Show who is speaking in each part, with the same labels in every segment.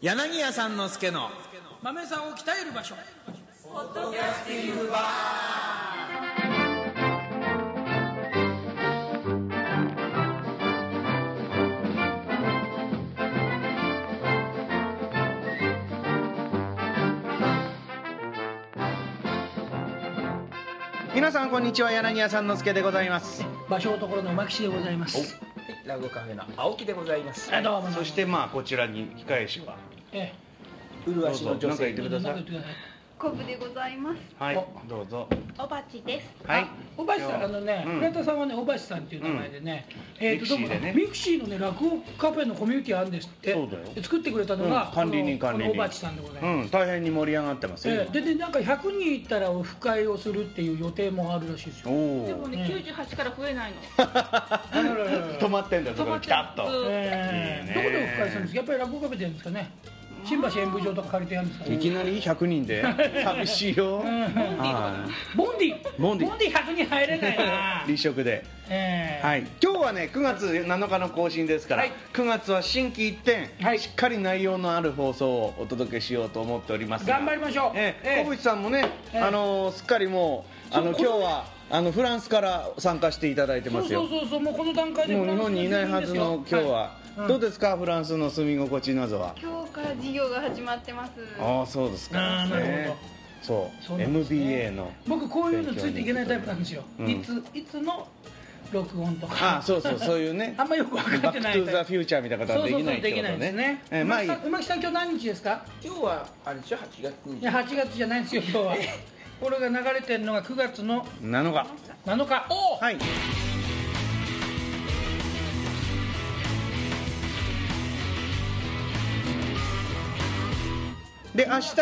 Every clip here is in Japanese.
Speaker 1: 柳家さんの助の
Speaker 2: 豆さんを鍛える場所
Speaker 1: 皆さんこんにちは柳家さんの助でございます
Speaker 2: 場所ところの牧師でございます
Speaker 3: ラグカフェの青木でございます。
Speaker 2: あどうも
Speaker 1: そしてまあこちらに控えしは
Speaker 2: え
Speaker 3: うる
Speaker 1: どう
Speaker 3: わし
Speaker 1: ぞ
Speaker 3: の
Speaker 1: 何
Speaker 3: 女
Speaker 1: か言っ
Speaker 3: 性
Speaker 1: て
Speaker 2: え
Speaker 1: くださ
Speaker 2: なんか言っ
Speaker 1: い
Speaker 2: てくださ
Speaker 4: コブでございます。
Speaker 1: はいどうぞ
Speaker 4: おばちです。
Speaker 1: はい
Speaker 2: おばしさんあのね、
Speaker 1: うん
Speaker 2: 倉田さんはねおばしさんっていう名前でね、えっ、とど
Speaker 1: ミクシィ
Speaker 2: こ
Speaker 1: で
Speaker 2: だ
Speaker 1: ね
Speaker 2: ミクシーのね落語カフェのコミュニティあるんですって
Speaker 1: そうだよ
Speaker 2: で作ってくれたのが、
Speaker 1: うん管理人
Speaker 2: この
Speaker 1: 管理
Speaker 2: こ
Speaker 1: 人
Speaker 2: のおばしさんでございます、
Speaker 1: うん大変に盛り上がってます
Speaker 2: え
Speaker 1: よ
Speaker 2: えででなんか100人いったらオフ会をするっていう予定もあるらしいです
Speaker 1: お
Speaker 2: よ
Speaker 4: で
Speaker 1: お
Speaker 4: もね、98から増えないの。
Speaker 2: あらららら
Speaker 1: 止まってんだそこにピタッ
Speaker 4: 止まって
Speaker 1: と
Speaker 4: る
Speaker 2: え
Speaker 1: い
Speaker 2: え
Speaker 1: いね
Speaker 2: どこでオフ会するんですかやっぱり落語カフェでやるんですかね新橋演舞場とか借りてやるんですか
Speaker 1: いきなり100 人で寂しいよは
Speaker 2: ボンディ
Speaker 1: ボンディ
Speaker 2: 100人入れない ない
Speaker 1: 立食で
Speaker 2: ええ
Speaker 1: はい、今日はね9月7日の更新ですから、
Speaker 2: はい
Speaker 1: 9月は心機一転、
Speaker 2: はい
Speaker 1: しっかり内容のある放送をお届けしようと思っておりますが
Speaker 2: 頑張りましょう
Speaker 1: ええ
Speaker 2: ええ
Speaker 1: 小渕さんもね、
Speaker 2: ええ
Speaker 1: あのーすっかりもう
Speaker 2: そ
Speaker 1: あ
Speaker 2: う
Speaker 1: の今
Speaker 2: こ
Speaker 1: 日
Speaker 2: の
Speaker 1: はあのフランスから参加していただいてます
Speaker 2: そ
Speaker 1: よ
Speaker 2: うそうそうそうもうこの段階で
Speaker 1: もう日本にいないはずの今日は、
Speaker 2: うん
Speaker 1: どうですかフランスの住み心地などは、
Speaker 4: 今日から授業が始まってます。
Speaker 1: ああそうです
Speaker 2: あ
Speaker 1: か、
Speaker 2: あなるほど
Speaker 1: そう
Speaker 2: そうなんですね
Speaker 1: MBA の
Speaker 2: 僕こういうのついていけないタイプなんですよ、
Speaker 1: うん
Speaker 2: いついつの録音とか
Speaker 1: ああそうそうそういうね
Speaker 2: あんまよく分か
Speaker 1: バ
Speaker 2: って
Speaker 1: ッ
Speaker 2: な
Speaker 1: ク・
Speaker 2: い
Speaker 1: トゥ・ザ・
Speaker 2: タイ
Speaker 1: フューチャーみたいな
Speaker 2: プ
Speaker 1: ことはできないっ
Speaker 2: で
Speaker 1: てこ
Speaker 2: き
Speaker 1: と
Speaker 2: ないですね、
Speaker 1: ええまあいい
Speaker 2: 馬木さん馬木さん今日何日ですか
Speaker 3: 今日はあれでしょ、8月
Speaker 2: いや
Speaker 3: に。
Speaker 2: 8月じゃないんですよ今日はこれが流れてるのが9月の
Speaker 1: なのが
Speaker 2: 7日おお
Speaker 1: はいで明日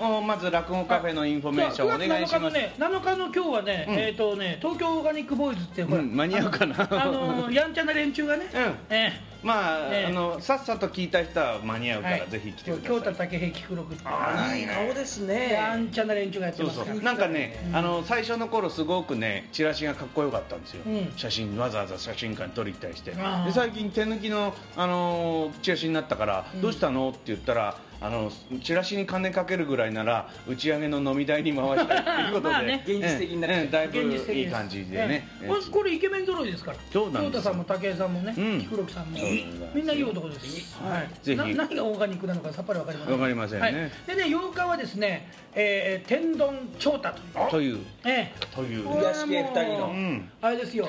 Speaker 1: のおまず落語カフェのインフォメーションお願いし
Speaker 2: 9月7日の
Speaker 1: ます、
Speaker 2: ね7日の今日はね、
Speaker 1: うん
Speaker 2: えっ、とね東京オーガニックボーイズってほ
Speaker 1: う
Speaker 2: ら、
Speaker 1: ん、間に合うかな
Speaker 2: あのーやんちゃな連中がね、
Speaker 1: うん
Speaker 2: え
Speaker 1: まあ,、
Speaker 2: ええ
Speaker 1: あのさっさと聞いた人は間に合
Speaker 2: え
Speaker 1: うから、ぜひ来てく
Speaker 2: 京
Speaker 1: ださ
Speaker 2: 太
Speaker 1: い
Speaker 2: 竹平菊六って
Speaker 1: あ
Speaker 3: いい顔です
Speaker 2: や
Speaker 3: ね。
Speaker 2: んちゃな連中がやって
Speaker 1: そう
Speaker 2: ます
Speaker 1: そ
Speaker 2: から
Speaker 1: うなんかね、あの最初の頃すごくねチラシがかっこよかったんですよ、
Speaker 2: うん
Speaker 1: 写真わざわざ写真館に撮りに行ったりして
Speaker 2: あー
Speaker 1: で最近手抜きの、あのーチラシになったから、どうしたのって言ったらあのチラシに金かけるぐらいなら打ち上げの飲み代に回したいっていうこ とで
Speaker 2: まあね
Speaker 1: ええ
Speaker 3: 現実的になっちゃう
Speaker 1: ええだいぶ
Speaker 2: 現実的です
Speaker 1: いい感じでね、
Speaker 2: ええ
Speaker 1: ええ
Speaker 2: これこれイケメン揃いですから
Speaker 1: そうなんです
Speaker 2: 京
Speaker 1: よ
Speaker 2: 太さんも武井さんもね、
Speaker 1: うん
Speaker 2: 菊六さんも
Speaker 1: そうなんですよ
Speaker 2: みんないい男です、はい、
Speaker 1: ぜひ
Speaker 2: な何がオーガニックなのかさっぱりわかりません
Speaker 1: わかりませんね
Speaker 2: はい、でね8日はですね、えー、天丼長太という
Speaker 1: という
Speaker 2: え
Speaker 1: という、
Speaker 2: え
Speaker 3: 癒し系二人の
Speaker 2: う
Speaker 1: うんん、
Speaker 2: あれですよ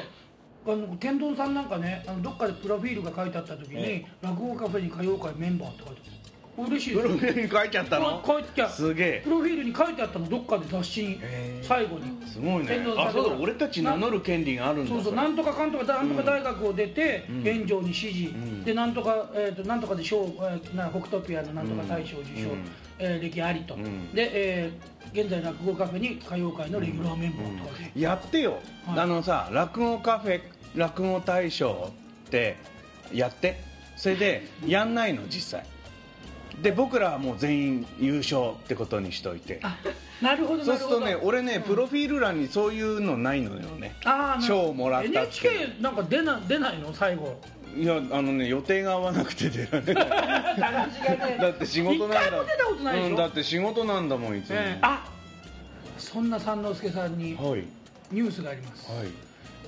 Speaker 2: あの天丼さんなんかねあのどっかでプロフィールが書いてあった時に、
Speaker 3: え
Speaker 2: 落語カフェに通う会メンバーって書いてある嬉しい
Speaker 1: プ
Speaker 2: です
Speaker 1: ロ
Speaker 2: よ
Speaker 1: フィールに書いちゃったの
Speaker 2: 書いてある
Speaker 1: すげえ
Speaker 2: プロフィールに書いてあったのどっかで雑誌に
Speaker 3: ええ
Speaker 2: 最後に
Speaker 1: すごいね
Speaker 2: 天皇さん
Speaker 1: あそうだ俺たち名乗る権利があるんだ
Speaker 2: そうそう
Speaker 1: れ
Speaker 2: なんとかかんとかなんとか大学を出て、
Speaker 1: ん
Speaker 2: 炎上に支持、
Speaker 1: ん
Speaker 2: でなんとか、えー、となんとかで賞、えーな北斗ピアのなんとか大賞受賞、
Speaker 1: うん
Speaker 2: えー歴ありと、
Speaker 1: ん
Speaker 2: で、えー現在落語カフェに歌謡界のレギュラーメンバーとかで、
Speaker 1: やってよ、
Speaker 2: はい
Speaker 1: あのさ落語カフェ落語大賞ってやってそれでやんないの実際で僕らはもう全員優勝ってことにしといて
Speaker 2: なるほど
Speaker 1: そ
Speaker 2: な
Speaker 1: う
Speaker 2: る
Speaker 1: す
Speaker 2: ほ
Speaker 1: る
Speaker 2: ど
Speaker 1: とね俺ねプロフィール欄にそういうのないのよね
Speaker 2: あーな
Speaker 1: 賞をもらったっていう
Speaker 2: NHK なんか出な出ないの最後
Speaker 1: いやあのね予定が合わなくて出られ ない
Speaker 2: だ
Speaker 1: だって仕事なんだ
Speaker 2: 一回も出たことないでしょ、
Speaker 1: うんだって仕事なんだもんいつも、
Speaker 2: えーあそんな三之助さんに
Speaker 1: はいはい
Speaker 2: ニュースがあります、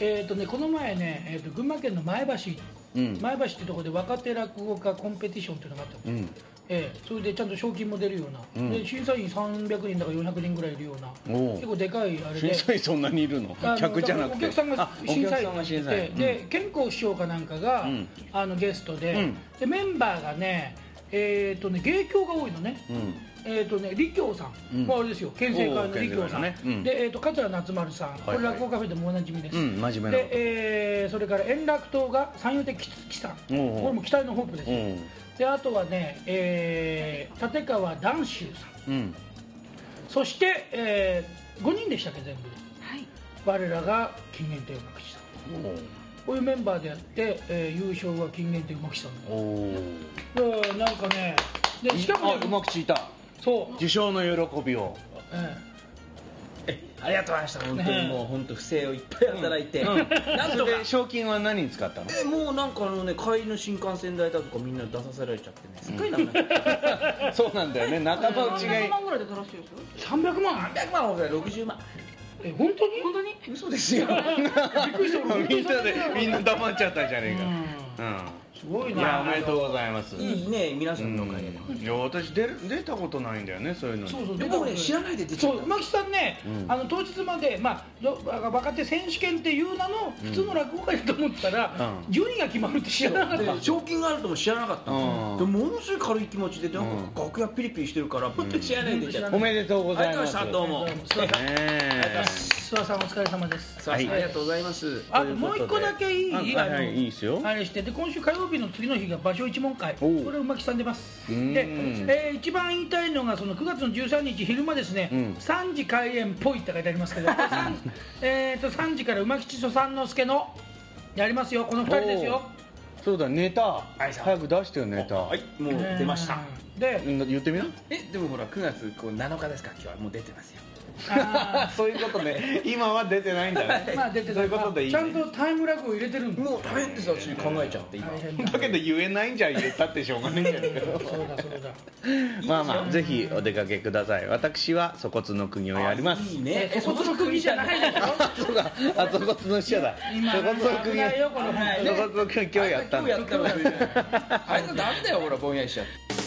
Speaker 2: えっ、とねこの前ね、えー、と群馬県の前橋、
Speaker 1: うん
Speaker 2: 前橋ってところで若手落語家コンペティションっていうのがあったの、
Speaker 1: うん
Speaker 2: ええそれでちゃんと賞金も出るような、
Speaker 1: ん
Speaker 2: で審査員300人だから400人ぐらいいるような
Speaker 1: おう
Speaker 2: 結構でかいあれ
Speaker 1: 審
Speaker 2: で
Speaker 1: 査員そんなにいるの
Speaker 2: あの
Speaker 1: 客じゃなくて
Speaker 2: お客さんが
Speaker 1: あお
Speaker 2: 審査
Speaker 1: 客
Speaker 2: 員
Speaker 1: さんが審査
Speaker 2: で
Speaker 1: 員
Speaker 2: で健康師匠かなんかが、
Speaker 1: うん
Speaker 2: あのゲストで,、
Speaker 1: うん
Speaker 2: でメンバーがねえっ、とね芸協が多いのね、
Speaker 1: うんうん
Speaker 2: えーとね、李京さん、
Speaker 1: うん
Speaker 2: まあ、あれですよ県政会の
Speaker 1: おー
Speaker 2: 李京さん、
Speaker 1: 県政会のねうん
Speaker 2: で、えー、と桂夏丸さん、こ
Speaker 1: はい
Speaker 2: れ落語カフェでもおなじみです、
Speaker 1: うん真面目な
Speaker 2: で、えーそれから円楽党が三遊亭吉月さんこ
Speaker 1: お
Speaker 2: れ
Speaker 1: うおう
Speaker 2: も期待のホープです、
Speaker 1: うん
Speaker 2: であとはね、えー立川談秋さん
Speaker 1: うん
Speaker 2: そして、え5人でしたっけ全部で
Speaker 4: はい。
Speaker 2: 我らが金言亭うまくさんこういうメンバーでやって、えー優勝は金言亭うまくさん
Speaker 1: おお
Speaker 2: でなんかねでしかも
Speaker 1: あうまくちいた
Speaker 2: そう、
Speaker 1: 受賞の喜びを
Speaker 2: え
Speaker 3: ありがとうございました。本当にもう本当不正をいっぱい働いて。
Speaker 1: うん
Speaker 3: なん
Speaker 1: そ
Speaker 3: とか
Speaker 1: れで。賞金は何に使ったの
Speaker 3: えもうなんかあのね帰りの新幹線代だとかみんな出させられちゃってねすっごいなくなっちゃった
Speaker 1: そうなんだよね仲間内がい
Speaker 4: 300
Speaker 1: い
Speaker 4: 万ぐらいで取らしいですよ
Speaker 2: 300万
Speaker 3: 300万俺60万
Speaker 2: え本当に
Speaker 4: 本当に
Speaker 3: 嘘ですよ
Speaker 2: びっくりした俺本当
Speaker 1: み
Speaker 2: に
Speaker 1: ん
Speaker 2: それ
Speaker 1: なでみんな黙っちゃったじゃねえか
Speaker 2: すご
Speaker 1: う
Speaker 2: い
Speaker 1: ん
Speaker 2: ない
Speaker 1: やおめでとうございます
Speaker 3: いいね皆さ
Speaker 1: うん
Speaker 3: んのおかげで、
Speaker 1: いや私出る出たことないんだよねそういうのに
Speaker 2: そうそう
Speaker 3: で
Speaker 2: 出たこ
Speaker 3: 僕
Speaker 2: と
Speaker 3: ね知らないで出ちゃ
Speaker 2: そ
Speaker 3: っ
Speaker 2: う
Speaker 3: た
Speaker 2: 牧さんね、
Speaker 1: うん
Speaker 2: あの当日まで、まあ、ど若手選手権っていう名の普通の落語会だと思ってたら、
Speaker 1: うん
Speaker 2: 順位が決まるって知らなかった
Speaker 3: で賞金があるとも知らなかったの、
Speaker 1: う
Speaker 3: でものすごい軽い気持ちでなんか楽屋ピリピリしてるから、本当に知らないで出ちゃった、
Speaker 1: おめでとうございます
Speaker 3: ありがとうございましたどうも
Speaker 1: ねえ
Speaker 2: 諏訪さんお疲れ様です
Speaker 1: はい
Speaker 3: ありがとうございます
Speaker 2: あ
Speaker 1: という
Speaker 2: も
Speaker 1: こ
Speaker 2: う
Speaker 1: とで
Speaker 2: 一個だけいい
Speaker 1: あはいはい
Speaker 2: あの
Speaker 1: いいですよ
Speaker 2: あれしてで今週火曜日の次の日が場所一問会こ
Speaker 1: おう
Speaker 2: れうまきさん出ます
Speaker 1: う
Speaker 2: で、
Speaker 1: ん
Speaker 2: えー一番言いたいのがその9月の13日昼間ですね、
Speaker 1: うん
Speaker 2: 3時開演っぽいって書いてありますけど三えーと3時からうまきちそ三之助のやりますよこの2人ですよ
Speaker 1: おーそうだネタ
Speaker 3: はい
Speaker 1: 早く出してよネタ
Speaker 3: はいもう出ました、
Speaker 2: うんで
Speaker 1: うん言ってみな
Speaker 3: えでもほら9月こう7日ですか今日はもう出てますよ
Speaker 2: あ
Speaker 1: そういうことね今は出てないんだ
Speaker 2: ー
Speaker 1: ね
Speaker 2: まあ出てた
Speaker 1: そういうことでいい
Speaker 2: ち
Speaker 1: ね
Speaker 2: ゃんとタイムラグを入れてるんで
Speaker 3: もう大変です私考えちゃって今
Speaker 2: 大変だ
Speaker 1: だけど言えないんじゃ言ったってしょうがないんじゃないか
Speaker 2: そうだそうだ
Speaker 1: まあまあぜひお出かけください私は粗骨の国をやります
Speaker 3: いいね
Speaker 2: えそこの国じゃないでしょ
Speaker 1: そうだあ粗骨の使者だ
Speaker 2: 今
Speaker 1: 粗骨の
Speaker 2: 危
Speaker 1: 国
Speaker 2: ないよこの本当に
Speaker 1: 粗骨の国今日やったんだ
Speaker 3: 今日やった のあれだダメだよほらぼんやりしちゃって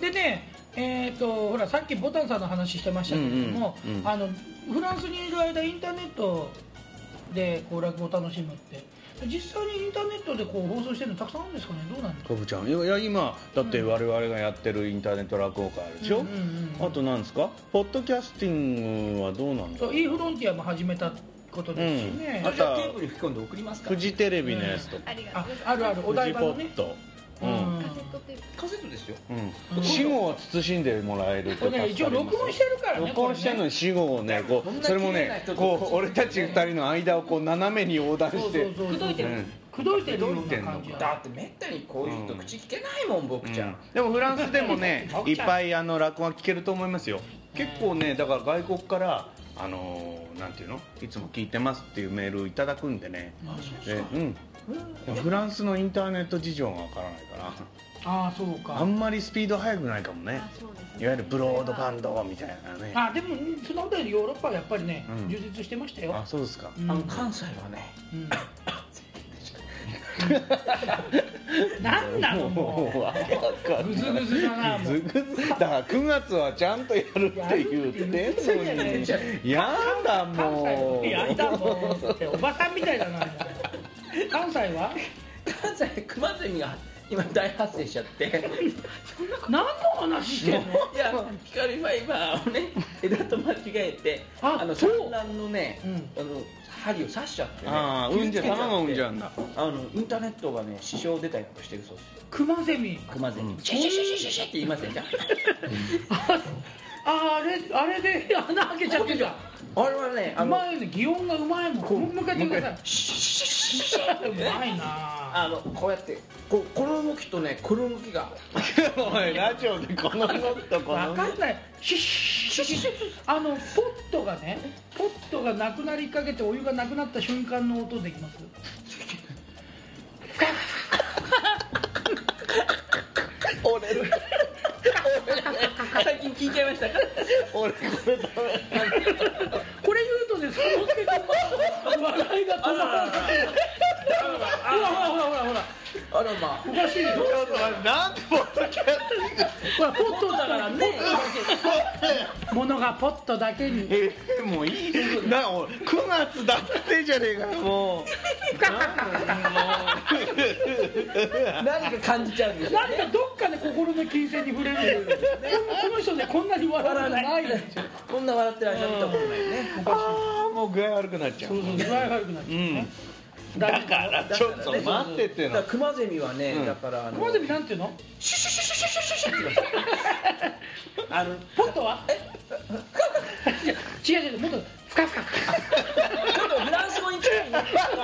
Speaker 2: でね、えー、とほらさっきボタンさんの話してましたけれども、
Speaker 1: うんうんうん
Speaker 2: あのフランスにいる間インターネットでこう落語を楽しむって実際にインターネットでこう放送してるのたくさんあるんですかねどうなんですか
Speaker 1: かぶちゃんいやいや今だって我々がやってるインターネット落語会あるでしょ、
Speaker 2: うんうんうん
Speaker 1: あとなんですかポッドキャスティングはどうなんだ
Speaker 2: そう e フロンティアも始めたことですしね、
Speaker 1: う
Speaker 3: あ
Speaker 1: ん
Speaker 3: じゃあテープに吹き込んで送りますか
Speaker 1: フジテレビのやつとか、
Speaker 4: ありが
Speaker 2: あ
Speaker 4: とうございます
Speaker 2: あるあるお台場の
Speaker 1: フジポッ
Speaker 2: ね、
Speaker 1: ト、う
Speaker 2: うんん
Speaker 4: カセットテープ
Speaker 3: カセットですよ
Speaker 1: うん、死後を慎んでもらえる
Speaker 2: ことれね一応録音してるからね
Speaker 1: 録音してるのに死後をねこ
Speaker 3: こん
Speaker 1: う
Speaker 3: な
Speaker 1: それも
Speaker 3: 綺麗な
Speaker 1: ね
Speaker 3: 人と
Speaker 1: こう俺たち二人の間をこう斜めに横断
Speaker 2: こ
Speaker 1: し
Speaker 2: れね
Speaker 1: て
Speaker 2: そうそうそう
Speaker 4: くどいてる
Speaker 1: うん
Speaker 2: くどいてるような感じ
Speaker 1: くどいてん
Speaker 2: だ
Speaker 1: の
Speaker 3: だってめったにこういう人口聞けないもん僕ちゃん
Speaker 1: でもフランスでもねいっぱいあの落語が聞けると思いますよ結構ねだから外国からあのーなんていうのいつも聞いてますっていうメールをいただくんでね
Speaker 2: あ
Speaker 1: でうんフランスのインターネット事情がわからないから
Speaker 2: あーそう
Speaker 1: あ
Speaker 2: か
Speaker 1: んまりスピード速くないかもね
Speaker 4: あそうですね
Speaker 1: いわゆるブロードバンドみたいなね
Speaker 2: あでもそのことよりヨーロッパはやっぱりね、
Speaker 1: うん
Speaker 2: 充実してましたよ
Speaker 1: あ、そうですか
Speaker 2: うん
Speaker 3: あの関西はね
Speaker 2: うんなんなのも
Speaker 1: わか
Speaker 2: うぐずぐずだなも
Speaker 1: ず
Speaker 2: う
Speaker 1: ぐずだから9月はちゃんとやるって言ってんのにやだ
Speaker 2: 関西
Speaker 1: も
Speaker 2: はや
Speaker 1: う
Speaker 2: だもうっておばさんみたいだなもう関西は
Speaker 3: 関西熊ゼミが今大発生しちゃって
Speaker 2: 何の話してんの
Speaker 3: いや光ファイバーをね枝と間違えて
Speaker 2: あ
Speaker 3: あの
Speaker 2: そう
Speaker 3: 産卵のね
Speaker 2: うん
Speaker 3: あの針を刺しちゃってね
Speaker 1: ああ産んじゃ卵産んじゃうんだ
Speaker 3: あのインターネットがね支障出たりとかしてるそうですよ
Speaker 2: クマゼミ
Speaker 3: 熊ゼミシャシャシャシャシャシャって言いませんか
Speaker 2: ああれあれで穴開けちゃってた
Speaker 3: あれはねあ
Speaker 2: う
Speaker 3: の
Speaker 2: まいよね擬音がうまいもんもう一回やってください
Speaker 3: シャシャシャシャシャ
Speaker 2: うまいな
Speaker 3: あのこうやってこうこの動きとねこの動きが
Speaker 1: おいラジオでこのノットこ
Speaker 2: わ
Speaker 1: の
Speaker 2: かんないシュッシュッシュッシュッあのポットがねポットがなくなりかけてお湯がなくなった瞬間の音できます
Speaker 3: 俺俺ね最近聞いちゃいましたか
Speaker 1: 俺これダ
Speaker 2: これ言うとね、そのけが笑いが止まらない。ほらほらほらほらほら、
Speaker 3: あらまあ
Speaker 2: おかしいよ。
Speaker 1: メなんでポッドキャスティン
Speaker 2: ほら、ポットだからね。ものがポットだけに。
Speaker 1: グえもういいなお9月だってじゃねえかも
Speaker 3: 何か感じちゃうんですよ
Speaker 2: なんかどっかで心の金銭に触れる。このこの人ね、こんなに笑わない。
Speaker 3: こんな笑ってる間見たことないね
Speaker 1: うああもう具合悪くなっちゃう
Speaker 2: そうそう、具合悪くなっちゃうね。
Speaker 1: だからちょっと待ってって
Speaker 3: だ
Speaker 1: の
Speaker 3: からクマゼミはね、
Speaker 1: うん
Speaker 3: だからあの
Speaker 2: 熊ゼミなんていうの？
Speaker 3: シュシュシュシュシュシュシュシュって言いましたあの
Speaker 2: ポットは？違う違う、もっとふかふか。
Speaker 3: ちょっとフランス語に近いね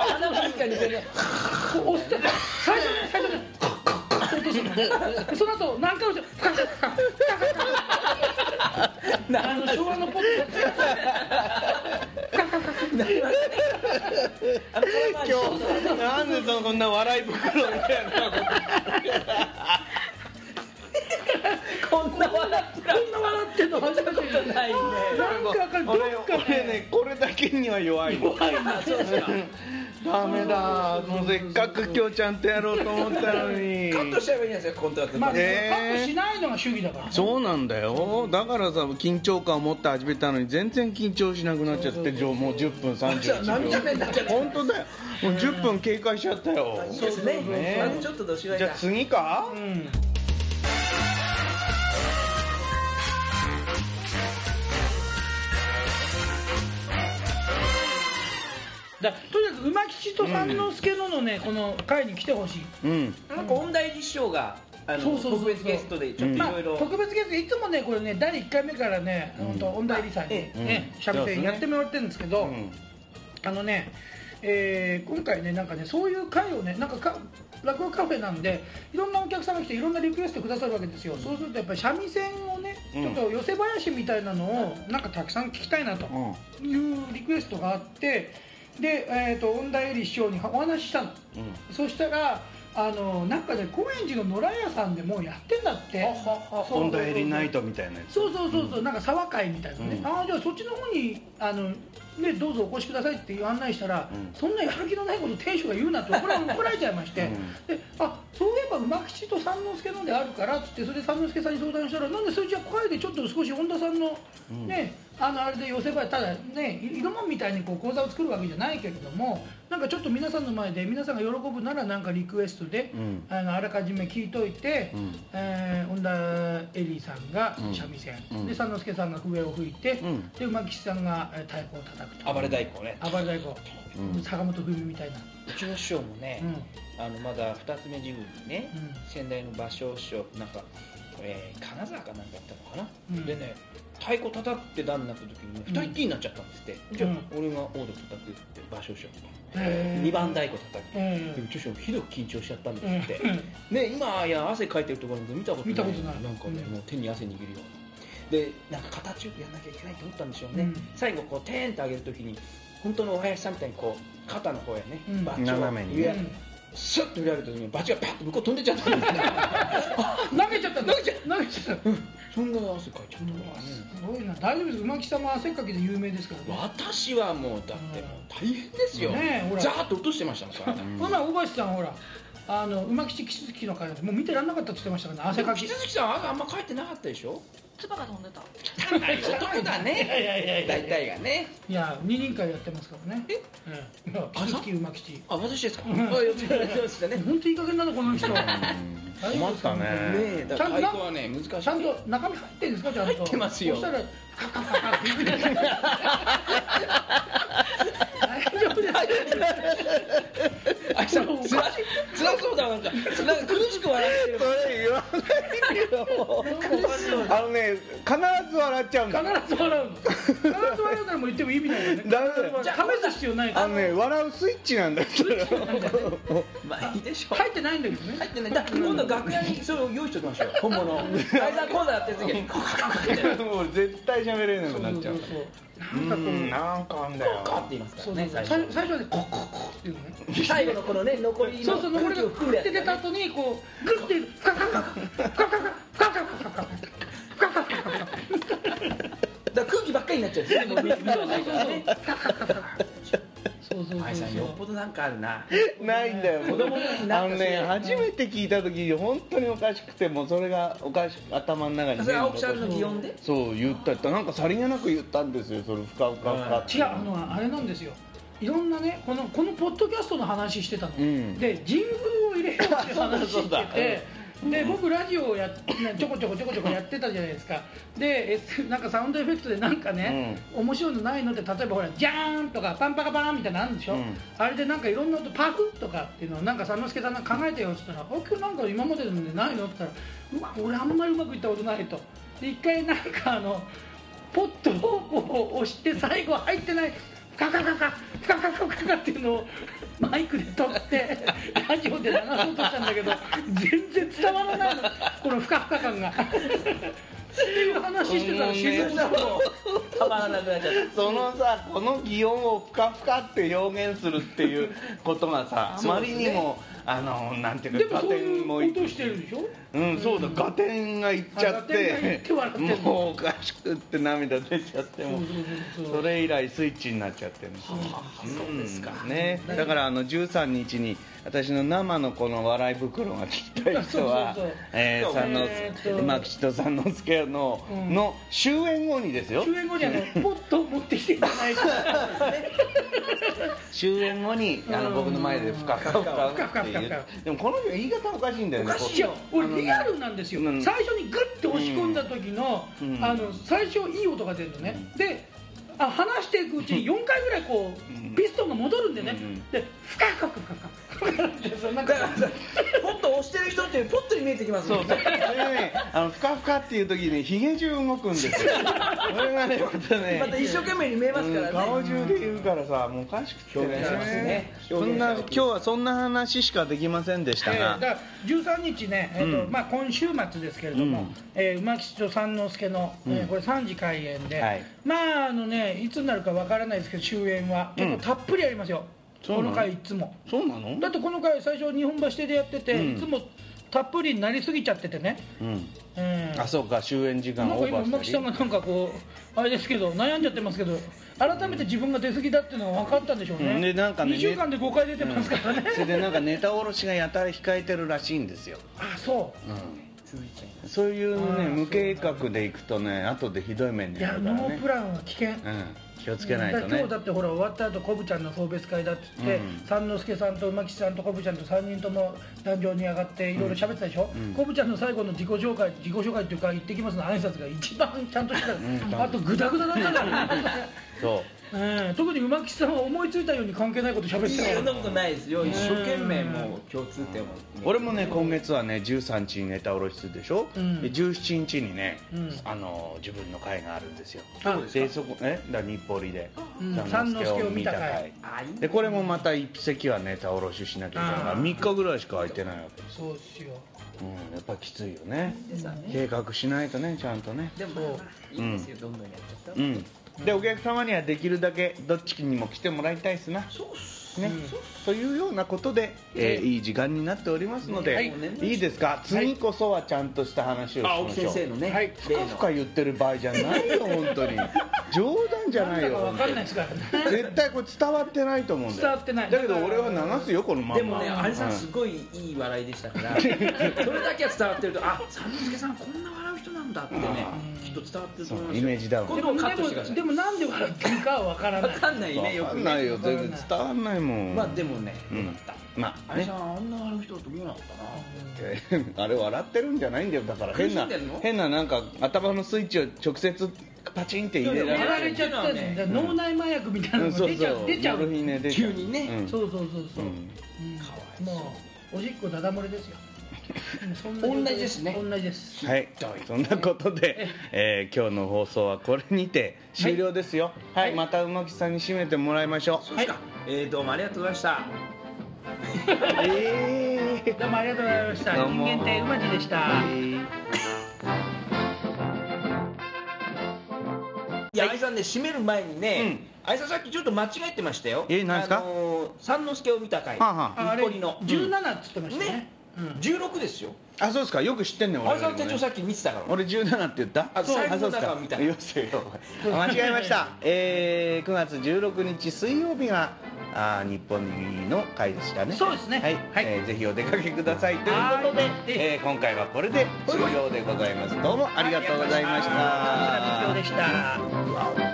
Speaker 3: 花吹いかに似てね
Speaker 2: 押して最初ね最初ねコッコッコッって落とすのでその後何回もしてふかふかふかふかふかあの昭和のポップふかふかふかふ
Speaker 3: なりましたねあのこれまあ一緒に
Speaker 1: 今日なんでそのこんな笑い袋みたいなの
Speaker 3: こんな笑ってこんな笑ってんの見たことないんで
Speaker 2: なんかどっ
Speaker 1: 俺
Speaker 2: か
Speaker 1: 俺ねこれだけには弱いの
Speaker 3: あそうですか
Speaker 1: ダメだもうせっかく今日ちゃんとやろうと思ったのに
Speaker 3: カットしちゃえばいいんですよコントは
Speaker 2: まあ、
Speaker 1: え
Speaker 2: カットしないのが主義だからね
Speaker 1: そうなんだよだからさ緊張感を持って始めたのに全然緊張しなくなっちゃってじょもう10分
Speaker 3: 涙目
Speaker 1: 31
Speaker 3: になっちゃっ
Speaker 1: 秒本当だよもう10分経過しちゃったよ
Speaker 3: いいですね
Speaker 1: ね
Speaker 3: まずちょっと年がいい
Speaker 1: じゃあ次か
Speaker 2: うんだとにかく馬吉と三之助ののね、この会に来てほしい
Speaker 1: うん
Speaker 3: なんか音大師匠があの
Speaker 2: そうそうそうそう
Speaker 3: 特別ゲストでちょっとい
Speaker 2: まあ
Speaker 3: ろいろ
Speaker 2: 特別ゲストいつもねこれね第1回目からね本当音大理さんに
Speaker 3: え
Speaker 1: え
Speaker 2: ね
Speaker 1: うん
Speaker 2: 三味
Speaker 1: そうです
Speaker 2: 線
Speaker 1: ね
Speaker 2: やってもらってるんですけど、
Speaker 1: うん
Speaker 2: あのね、えー今回ねなんかねそういう会をねなんかか落語カフェなんでいろんなお客さんが来ていろんなリクエストくださるわけですよ、そうするとやっぱり三味線をね、
Speaker 1: うん
Speaker 2: ちょっと寄せ林みたいなのをなんかたくさん聞きたいなと
Speaker 1: うん
Speaker 2: いうリクエストがあってで、えー、と音大より師匠にお話ししたの
Speaker 1: うん
Speaker 2: そしたらあのなんかね高円寺の野良屋さんでもうやってんだってそう
Speaker 1: 本田エリナイトみたいなやつ
Speaker 2: そうそうそうそう、なんか沢会みたいなね、
Speaker 1: うん
Speaker 2: ああじゃあそっちの方にあのねどうぞお越しくださいっていう案内したら、
Speaker 1: うん
Speaker 2: そんなやる気のないこと店主が言うなって怒ら 怒られちゃいまして、であそういえば馬吉と三之助のであるからっつってそれで三之助さんに相談したらなんでそれじゃあ声でちょっと少し本田さんの
Speaker 1: うん
Speaker 2: ね、あのあれで寄せばただねい色もんみたいにこう講座を作るわけじゃないけれどもなんかちょっと皆さんの前で皆さんが喜ぶならなんかリクエストで、
Speaker 1: うん
Speaker 2: あのあらかじめ聞いといて、
Speaker 1: うん
Speaker 2: えー、本田恵里さんが
Speaker 1: うん
Speaker 2: 三味線、
Speaker 1: うん
Speaker 2: で三之助さんが笛を吹いて、
Speaker 1: うん
Speaker 2: で馬吉さんがえー太鼓を叩くと
Speaker 3: 暴れ太鼓ね
Speaker 2: 暴れ太鼓、
Speaker 1: うん
Speaker 2: 坂本冬美みたいな、
Speaker 3: うちの師匠もね、
Speaker 2: うん
Speaker 3: あのまだ二つ目時分にね、
Speaker 2: うん
Speaker 3: 先代の芭蕉師匠なんか、えー金沢かなんかやったのかな、
Speaker 2: うん
Speaker 3: でね太鼓叩くって段になった時にね
Speaker 2: うん
Speaker 3: 二人っきりになっちゃったんですって、じゃあ
Speaker 2: うん
Speaker 3: 俺が王道叩くって芭蕉師匠
Speaker 2: へー
Speaker 3: 二番太鼓叩く、
Speaker 2: え
Speaker 3: でうちの師匠ひどく緊張しちゃったんですって、
Speaker 2: ーうん
Speaker 3: ね今いや汗かいてるところなんて見たことない
Speaker 2: 見たことない
Speaker 3: んかね、
Speaker 2: うん
Speaker 3: もう手に汗握るようなでなんか形よくやんなきゃいけないと思ったんでしょうね、
Speaker 2: うん
Speaker 3: 最後こうテーンって上げるときに本当のお囃子さんみたいにこう肩の方やね、
Speaker 2: うん
Speaker 3: バチを
Speaker 1: 斜めにね
Speaker 3: 上スッと振り上げた時にバチがパッと向こう飛んでっちゃ ったんですよ
Speaker 2: 投げちゃったんだ
Speaker 3: 投げちゃ
Speaker 2: 投げちゃった
Speaker 3: そんな汗かいちゃった
Speaker 2: う
Speaker 3: か
Speaker 2: わ
Speaker 3: ら
Speaker 2: す
Speaker 3: ね
Speaker 2: ごいな大丈夫です馬木さんも汗っかきで有名ですからね
Speaker 3: 私はもうだってもう大変ですよ、
Speaker 2: ねえほら
Speaker 3: ザーッと落としてましたもん体
Speaker 1: ん
Speaker 2: ほな大橋さんほらあの馬吉吉月の会でもう見てらんなかったって言ってましたからね汗かき
Speaker 3: 木月さんああんま帰ってなかったでしょ
Speaker 4: つばが飛んでた
Speaker 3: 汚い男だね
Speaker 2: いやいやいや
Speaker 3: 大体がね
Speaker 2: いや二人会やってますからね
Speaker 3: え
Speaker 2: ええ吉月馬吉
Speaker 3: あ私ですかあよろしくお願いしますね
Speaker 2: 本当いい加減なのこの人ち
Speaker 1: うん困った
Speaker 3: ね
Speaker 1: ね
Speaker 3: え、だから
Speaker 2: ちゃんとな
Speaker 3: 太鼓はね難しい。
Speaker 2: ゃんと中身入ってるんですかちゃんと
Speaker 3: 入ってますよ
Speaker 2: そしたらカカカカって言って大丈夫です
Speaker 3: あいつら辛い辛そうだなんかなんか苦しく笑ってる
Speaker 1: そ。れ言わない
Speaker 2: なんかおかしい
Speaker 1: よあのね必ず笑っちゃうんだ
Speaker 2: 必ず笑うの必ず笑うならもう言っても意味ないよね
Speaker 1: ダメだよ
Speaker 2: じゃあ試す必要ないか
Speaker 1: あ
Speaker 2: ら
Speaker 1: のね笑うスイッチなんだよそれ
Speaker 3: まあいいでしょう。
Speaker 2: 入ってないんだけど
Speaker 3: 入
Speaker 2: ね
Speaker 3: ってね。だ今度楽屋にそれを用意しておきま しょう。本物。ライザーコーダーやってる時に。カカカカって
Speaker 1: もう絶対喋れなくなっちゃう
Speaker 2: そうそう
Speaker 1: う
Speaker 2: そうなんかこ
Speaker 1: んなんかあんだ
Speaker 3: カカ
Speaker 1: よ
Speaker 3: って言います
Speaker 2: う
Speaker 3: か
Speaker 2: そうそ
Speaker 3: ら
Speaker 2: うそ
Speaker 3: ね。
Speaker 2: う
Speaker 3: 最
Speaker 2: 最
Speaker 3: 初。
Speaker 2: 最初はねコッコッコッっていうのね
Speaker 3: 最後のこのね残り
Speaker 2: そ
Speaker 3: の
Speaker 2: うそう残
Speaker 3: 空
Speaker 2: り
Speaker 3: 気
Speaker 2: が
Speaker 3: を
Speaker 2: 振
Speaker 3: 含んだ
Speaker 2: っ
Speaker 3: や
Speaker 2: て
Speaker 3: つ
Speaker 2: 出た
Speaker 3: だね。
Speaker 2: 後にこうグッてフカカカカカカカカカカカカ
Speaker 3: だから空気ばっかりになっちゃう。全部見見 ようないからね。
Speaker 2: そうそうそう
Speaker 3: はいさん
Speaker 2: そ
Speaker 3: よ
Speaker 2: う
Speaker 3: っぽどなんかあるな。
Speaker 1: ないんだよ
Speaker 3: 子供にな
Speaker 1: あ
Speaker 3: ん
Speaker 1: の
Speaker 3: か
Speaker 1: ね
Speaker 3: ね。
Speaker 1: 初めて聞いた時本当におかしくてもうそれがおかしく頭の中に
Speaker 3: そ
Speaker 1: 全
Speaker 3: れ
Speaker 1: 部
Speaker 3: 青木さんの擬音で。
Speaker 1: そう言った言ったなんかさりげなく言ったんですよそれふかふかふかって
Speaker 2: 違うあのあれなんですよいろんなねこのこのポッドキャストの話してたの、
Speaker 1: うん
Speaker 2: で神宮を入れようって話 し
Speaker 1: そう
Speaker 2: て
Speaker 1: だそう
Speaker 2: てで僕ラジオをやっねちょこちょこちょこちょこやってたじゃないですかで S なんかサウンドエフェクトでなんかね、面白いのないのって例えばほらジャーンとかパンパカパーンみたいなのあるんでしょ、
Speaker 1: うん
Speaker 2: あれでなんかいろんな音パフとかっていうのをなんか三之助さんが考えたよって言ったら「あ今日なんか今までのでないの?」って言ったら「うわ俺あんまりうまくいったことない」と。で一回なんかあのポットをこう押して最後入ってないカカカカカカカカカっていうのをマイクで撮ってラジオで流そうとしたんだけど全然伝わらないのこのふかふか感がっていう話してたら主流だろ
Speaker 3: たまらなくなっちゃっ
Speaker 1: そのさこの擬音を「ふかふか」って表現するっていうことがさあまりにもあのなんて
Speaker 2: で
Speaker 1: いう
Speaker 2: も
Speaker 1: か
Speaker 2: そういう
Speaker 1: も
Speaker 2: ことしてるでしょ
Speaker 1: うんそうだ合点がいっちゃっ
Speaker 2: 合点がいってて笑ってんの
Speaker 1: もうおかしくって涙出ちゃってもう
Speaker 2: そうそうそ
Speaker 1: そうれ以来スイッチになっちゃってるんですよ
Speaker 3: たそうですか
Speaker 1: んね、だからあの13日に私の生のこの笑い袋が聞きたい人 は
Speaker 2: そうそうそう
Speaker 1: えー三
Speaker 2: えーっと
Speaker 1: 之馬吉と三之助の,、
Speaker 2: うん
Speaker 1: の終演後にですよ
Speaker 2: 終演後にあのポットを持ってきていただいて
Speaker 1: 終演後にあの
Speaker 2: うん
Speaker 1: 僕の前で「ふかふかふか」
Speaker 2: ふか
Speaker 1: って
Speaker 2: ふか
Speaker 1: 言
Speaker 2: ふか
Speaker 1: うでもこの人言い方おかしいんだよね
Speaker 2: おかしいよ俺リアルなんですよ、
Speaker 1: うん
Speaker 2: 最初にグッと押し込んだ時の,、
Speaker 1: うん
Speaker 2: あの最初いい音が出るのね、であ話していくうちに4回ぐらいこう、ピストンが戻るんでね、
Speaker 1: うん
Speaker 2: でふかふかふかふかふかってそのなん
Speaker 3: だ
Speaker 2: か
Speaker 3: からさポッと押してる人ってポッとに見えてきます
Speaker 1: そうそうそ れでねあのふかふかっていう時にひげ中動くんです よこれがねまたね
Speaker 3: また一生懸命に見えます
Speaker 1: う
Speaker 3: から
Speaker 1: ん
Speaker 3: ね
Speaker 1: 顔中で言うからさもうおかしくて
Speaker 3: 表現しますね
Speaker 1: そんな今日はそんな話しかできませんでし
Speaker 2: え
Speaker 1: た
Speaker 2: ーだ
Speaker 1: が、
Speaker 2: から13日ね、えーと
Speaker 1: うん
Speaker 2: まあ、今週末ですけれども、
Speaker 1: うん
Speaker 2: えー馬吉と三之助の、えー
Speaker 1: うん
Speaker 2: これ3時開演で、
Speaker 1: はい
Speaker 2: まああのねいつになるかわからないですけど終演は
Speaker 1: うん
Speaker 2: 結構たっぷりありますよ、
Speaker 1: そう
Speaker 2: こ
Speaker 1: な
Speaker 2: の
Speaker 1: の
Speaker 2: 回いつも
Speaker 1: そうなの
Speaker 2: だってこの回最初日本橋亭でやってて、
Speaker 1: うん
Speaker 2: いつもたっぷりになりすぎちゃっててね、
Speaker 1: うん
Speaker 2: うん、
Speaker 1: あそうか終演時間
Speaker 2: なん
Speaker 1: オ
Speaker 2: か
Speaker 1: ーバ
Speaker 2: 今
Speaker 1: ー
Speaker 2: 馬
Speaker 1: し
Speaker 2: 吉
Speaker 1: た
Speaker 2: さん
Speaker 1: り
Speaker 2: がなんかこうあれですけど悩んじゃってますけど改めて自分が出過ぎだっていうのは分かったんでしょうね,、
Speaker 1: うんでなんかね
Speaker 2: 2週間で5回出てますからね、
Speaker 1: それでなんかネタおろしがやたら控えてるらしいんですよ、
Speaker 2: あそう
Speaker 1: うん、そういうね
Speaker 2: あー
Speaker 1: 無計画でいくとね後でひどい目に
Speaker 2: いや
Speaker 1: 遭うから
Speaker 2: ノ
Speaker 1: ね
Speaker 2: ープランは危険、
Speaker 1: うん、気をつけないと
Speaker 2: だから
Speaker 1: ね
Speaker 2: 今日だってほら終わった後コブちゃんの送別会だって言って、
Speaker 1: うん
Speaker 2: 三之助さんと馬吉さんとコブちゃんと3人とも壇上に上がっていろいろ喋ってたでしょ、
Speaker 1: うん
Speaker 2: コブちゃんの最後の自己紹介自己紹介っていうか行ってきますの挨拶が一番ちゃんとしてた、
Speaker 1: ん
Speaker 2: あとグダグダだったからね、
Speaker 1: そう
Speaker 2: うん特に馬吉さんは思いついたように関係ないこと喋っ
Speaker 3: い
Speaker 2: てた
Speaker 3: やそ
Speaker 2: か
Speaker 3: んな
Speaker 2: ら
Speaker 3: ことないですよ一生懸命もう共通点を
Speaker 1: 俺もね今月はね13日にネタ卸しするでしょ、
Speaker 2: うん
Speaker 1: で17日にね、
Speaker 2: うん
Speaker 1: あの自分の会があるんですよ
Speaker 2: あ
Speaker 1: でそこねだから日暮里で
Speaker 2: うん三之助を見た回
Speaker 3: あいい
Speaker 1: でこれもまた一席はネタ卸ししなきゃいけないか
Speaker 2: あ
Speaker 1: ら
Speaker 2: ー
Speaker 1: 3日ぐらいしか空いてないわけです、
Speaker 2: そうですよ
Speaker 1: うん、やっぱきついよね
Speaker 3: ですよね
Speaker 1: 計画しないとねちゃんとね
Speaker 3: でもまあいいんですよどんどんやっちゃったら
Speaker 1: うんでお客様にはできるだけどっちにも来てもらいたいですな
Speaker 3: そうっす
Speaker 1: ね、というようなことで、えーいい時間になっておりますので、
Speaker 3: はい
Speaker 1: い、いですか次こそはちゃんとした話をし
Speaker 3: 青
Speaker 1: ま
Speaker 3: 木
Speaker 1: しょ
Speaker 3: 先
Speaker 1: う
Speaker 3: 生のね
Speaker 2: はい
Speaker 1: ふかふか言ってる場合じゃないよ本当に冗談じゃないよ
Speaker 2: 分かんない
Speaker 1: 本
Speaker 2: ですからね
Speaker 1: 当に絶対これ伝わってないと思うんだよ
Speaker 2: 伝わってない
Speaker 1: だけど俺は流すよこのまんま
Speaker 3: でもね、あれさん
Speaker 1: うん
Speaker 3: すごいいい笑いでしたから、それだけは伝わってると、あ、三之助さんこんな笑う人なんだってね、きっと伝わってる
Speaker 1: そ
Speaker 3: と思いま
Speaker 1: うイ
Speaker 3: すよ。
Speaker 1: メージダウン
Speaker 3: 今
Speaker 2: で
Speaker 3: 度
Speaker 2: も
Speaker 3: はカッ
Speaker 2: で
Speaker 3: トしてくださ
Speaker 2: も
Speaker 3: い
Speaker 2: で。もなんで笑ってるかは分からな
Speaker 3: わ
Speaker 2: い
Speaker 3: かんないね、よ
Speaker 1: わか
Speaker 3: く
Speaker 1: ん
Speaker 3: ね。
Speaker 1: ないよ全然伝わんないもん
Speaker 3: まあでもね、
Speaker 1: うん
Speaker 3: よかった。
Speaker 1: まあ
Speaker 3: あれ
Speaker 1: ね
Speaker 3: さんあんな笑う人だと思うなかったな。
Speaker 1: あれ笑ってるんじゃないんだよだから変な
Speaker 3: 苦しんでんの
Speaker 1: 変ななんか頭のスイッチを直接パチンって入れ
Speaker 3: そうだ
Speaker 1: ら
Speaker 2: や
Speaker 1: れ
Speaker 3: よ
Speaker 2: られちゃったんだよ脳内麻薬みたいなのが出ちゃう出ちゃう
Speaker 1: モルヒネ出ちゃう
Speaker 3: 急にね
Speaker 1: うん
Speaker 2: そうそうそうそう、
Speaker 1: う
Speaker 2: う
Speaker 1: ん
Speaker 2: ん
Speaker 3: かわいそう
Speaker 2: もうおしっこダダ漏れですようんそんな
Speaker 3: 同じですね
Speaker 2: 同じです
Speaker 1: はいそんなことで、えー今日の放送はこれにて終了ですよはい、また馬木さんに締めてもらいましょう、
Speaker 3: はい。えー、どうもありがとうございました。
Speaker 1: えー
Speaker 2: どうもありがとうございました
Speaker 1: どう
Speaker 2: 人
Speaker 1: も
Speaker 2: 間ってうまじでした、
Speaker 3: いや、あいさんね、締める前にね、あいさんさっきちょっと間違えてましたよ。
Speaker 1: えなんですか
Speaker 3: あのー三之助を見た回。
Speaker 1: はあは
Speaker 2: ああれ
Speaker 3: 残りの
Speaker 2: 17っつってましたね
Speaker 3: ね
Speaker 2: うん、
Speaker 3: 16ですよ。
Speaker 1: あそうですかよく知ってんねん
Speaker 3: あ
Speaker 1: 俺
Speaker 3: いさん手帳さっき見てたから。
Speaker 1: 俺17って言った
Speaker 3: あそう
Speaker 1: あそうです
Speaker 3: 最後の
Speaker 1: か
Speaker 3: 中を見た
Speaker 1: よせよ間違えましたえー、9月16日水曜日があー日本の会でしたね
Speaker 2: そうですね
Speaker 1: はい、
Speaker 2: はい
Speaker 1: えーぜひお出かけくださいということ
Speaker 2: は
Speaker 1: で
Speaker 2: い、
Speaker 1: えー今回はこれで終了でございますどうもありがとうございました
Speaker 2: こちらみきょうでした
Speaker 1: うわお